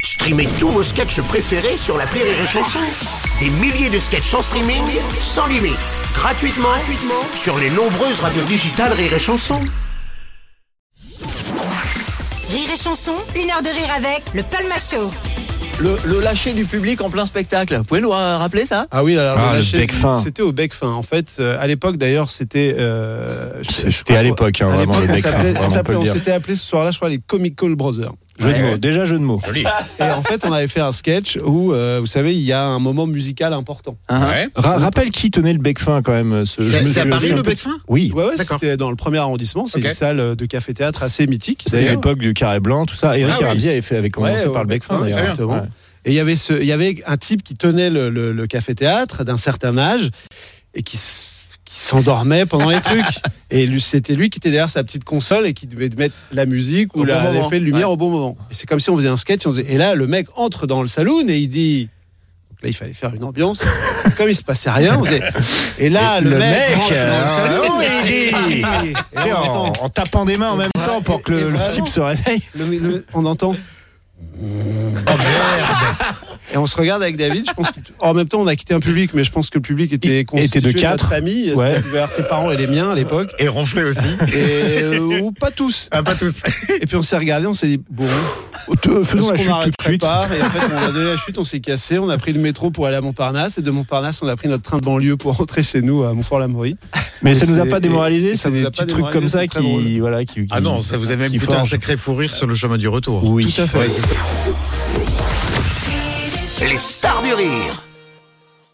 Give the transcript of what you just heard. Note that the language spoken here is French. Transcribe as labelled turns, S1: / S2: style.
S1: Streamez tous vos sketchs préférés sur la Rire et Chanson. Des milliers de sketchs en streaming, sans limite, gratuitement, gratuitement sur les nombreuses radios digitales Rire et Chanson.
S2: Rire et chanson, une heure de rire avec le Palma Show.
S3: Le, le lâcher du public en plein spectacle, vous pouvez nous ra- rappeler ça
S4: Ah oui, alors,
S5: Ah,
S4: le
S5: le
S4: lâcher,
S5: bec fin.
S4: C'était au bec fin. En fait, euh, à l'époque, d'ailleurs, c'était. euh, je-
S5: C'était
S4: je crois-
S5: à l'époque, hein,
S4: à
S5: vraiment,
S4: l'époque,
S5: le
S4: on
S5: bec fin,
S4: s'appelait- on
S5: vraiment, on
S4: s'appelait-
S5: peut le
S4: On
S5: dire.
S4: s'était appelé ce soir-là, je crois, les Comical Brothers.
S5: Jeu de mots. Déjà jeu de mots.
S4: Et en fait, on avait fait un sketch où, euh, vous savez, il y a un moment musical important.
S3: Ah.
S6: Hein
S5: Ra- rappelle qui tenait le bec fin quand même. ce- je me
S6: C'est à
S5: souviens
S6: Paris
S5: aussi un
S6: le
S5: peu-
S6: Becfin
S5: Oui.
S4: Ouais, ouais,
S6: D'accord.
S4: c'était dans le premier arrondissement. C'est
S6: Ok.
S4: une salle de café-théâtre assez mythique.
S5: C'était à
S4: d'ailleurs.
S5: l'époque du carré blanc, tout ça. Eric
S6: Ah oui.
S5: Ramsey avait fait, avait commencé
S4: Ouais,
S5: par
S4: au
S5: le bec fin
S4: Bec-Fin,
S5: d'ailleurs.
S4: exactement.
S5: Ah, Ouais.
S4: hein, Et il y avait ce, il y avait un type qui tenait le, le- le café-théâtre d'un certain âge et qui, s- qui s'endormait pendant les trucs. Et lui- c'était lui qui était derrière sa petite console et qui devait mettre la musique ou
S3: Au
S4: la-
S3: bon moment.
S4: l'effet de lumière au bon moment. Et c'est comme si on faisait un sketch. on faisait- et là, le mec entre dans le saloon et il dit. Donc Là, il fallait faire une ambiance. Comme il se passait rien, on faisait. Et là, le,
S5: Ah, Le
S4: mec,
S5: mec,
S4: rentre dans
S5: euh,
S4: le saloon
S5: oui,
S4: et
S5: il dit-
S4: dit. Et
S5: Tu sais,
S4: on
S5: en,
S4: entend-
S5: en tapant des mains en même temps pour que
S4: et
S5: le, le
S4: vraiment.
S5: type se réveille.
S4: le- le- on entend.
S5: Oh,
S4: Et on se regarde avec David. Je pense que, en même temps, on a quitté un public, mais je pense que le public
S5: Il-
S4: était
S5: était
S4: constitué
S5: de
S4: notre
S5: quatre.
S4: famille.
S5: Ouais.
S4: Tu pouvais avoir tes parents et les miens à l'époque.
S6: Et ronfler aussi.
S4: Et, euh, ou pas tous.
S6: Ah, pas tous.
S4: Et puis on s'est regardé, on s'est dit, bon,
S5: Oh, Faisons
S4: est-ce qu'on
S5: la chute tout
S4: arrête
S5: de suite.
S4: pas Et en fait, on a donné la chute, on s'est cassé, on a pris le métro pour aller à Montparnasse. Et de Montparnasse, on a pris notre train de banlieue pour rentrer chez nous à Montfort-la-Maurie.
S5: Mais ça nous a
S4: c'est-
S5: pas démoralisé.
S4: et ça
S5: C'est
S4: nous
S5: des
S4: a pas
S5: petits trucs comme
S4: démoralisé, c'est
S5: ça
S4: très drôle.
S5: qui, voilà, qui.
S6: Ah
S5: qui-
S6: non, ça vous a même
S5: qui
S6: foutu un
S5: forgent.
S6: sacré fou rire sur le chemin du retour.
S5: Oui.
S4: Tout à fait.
S1: Les stars du rire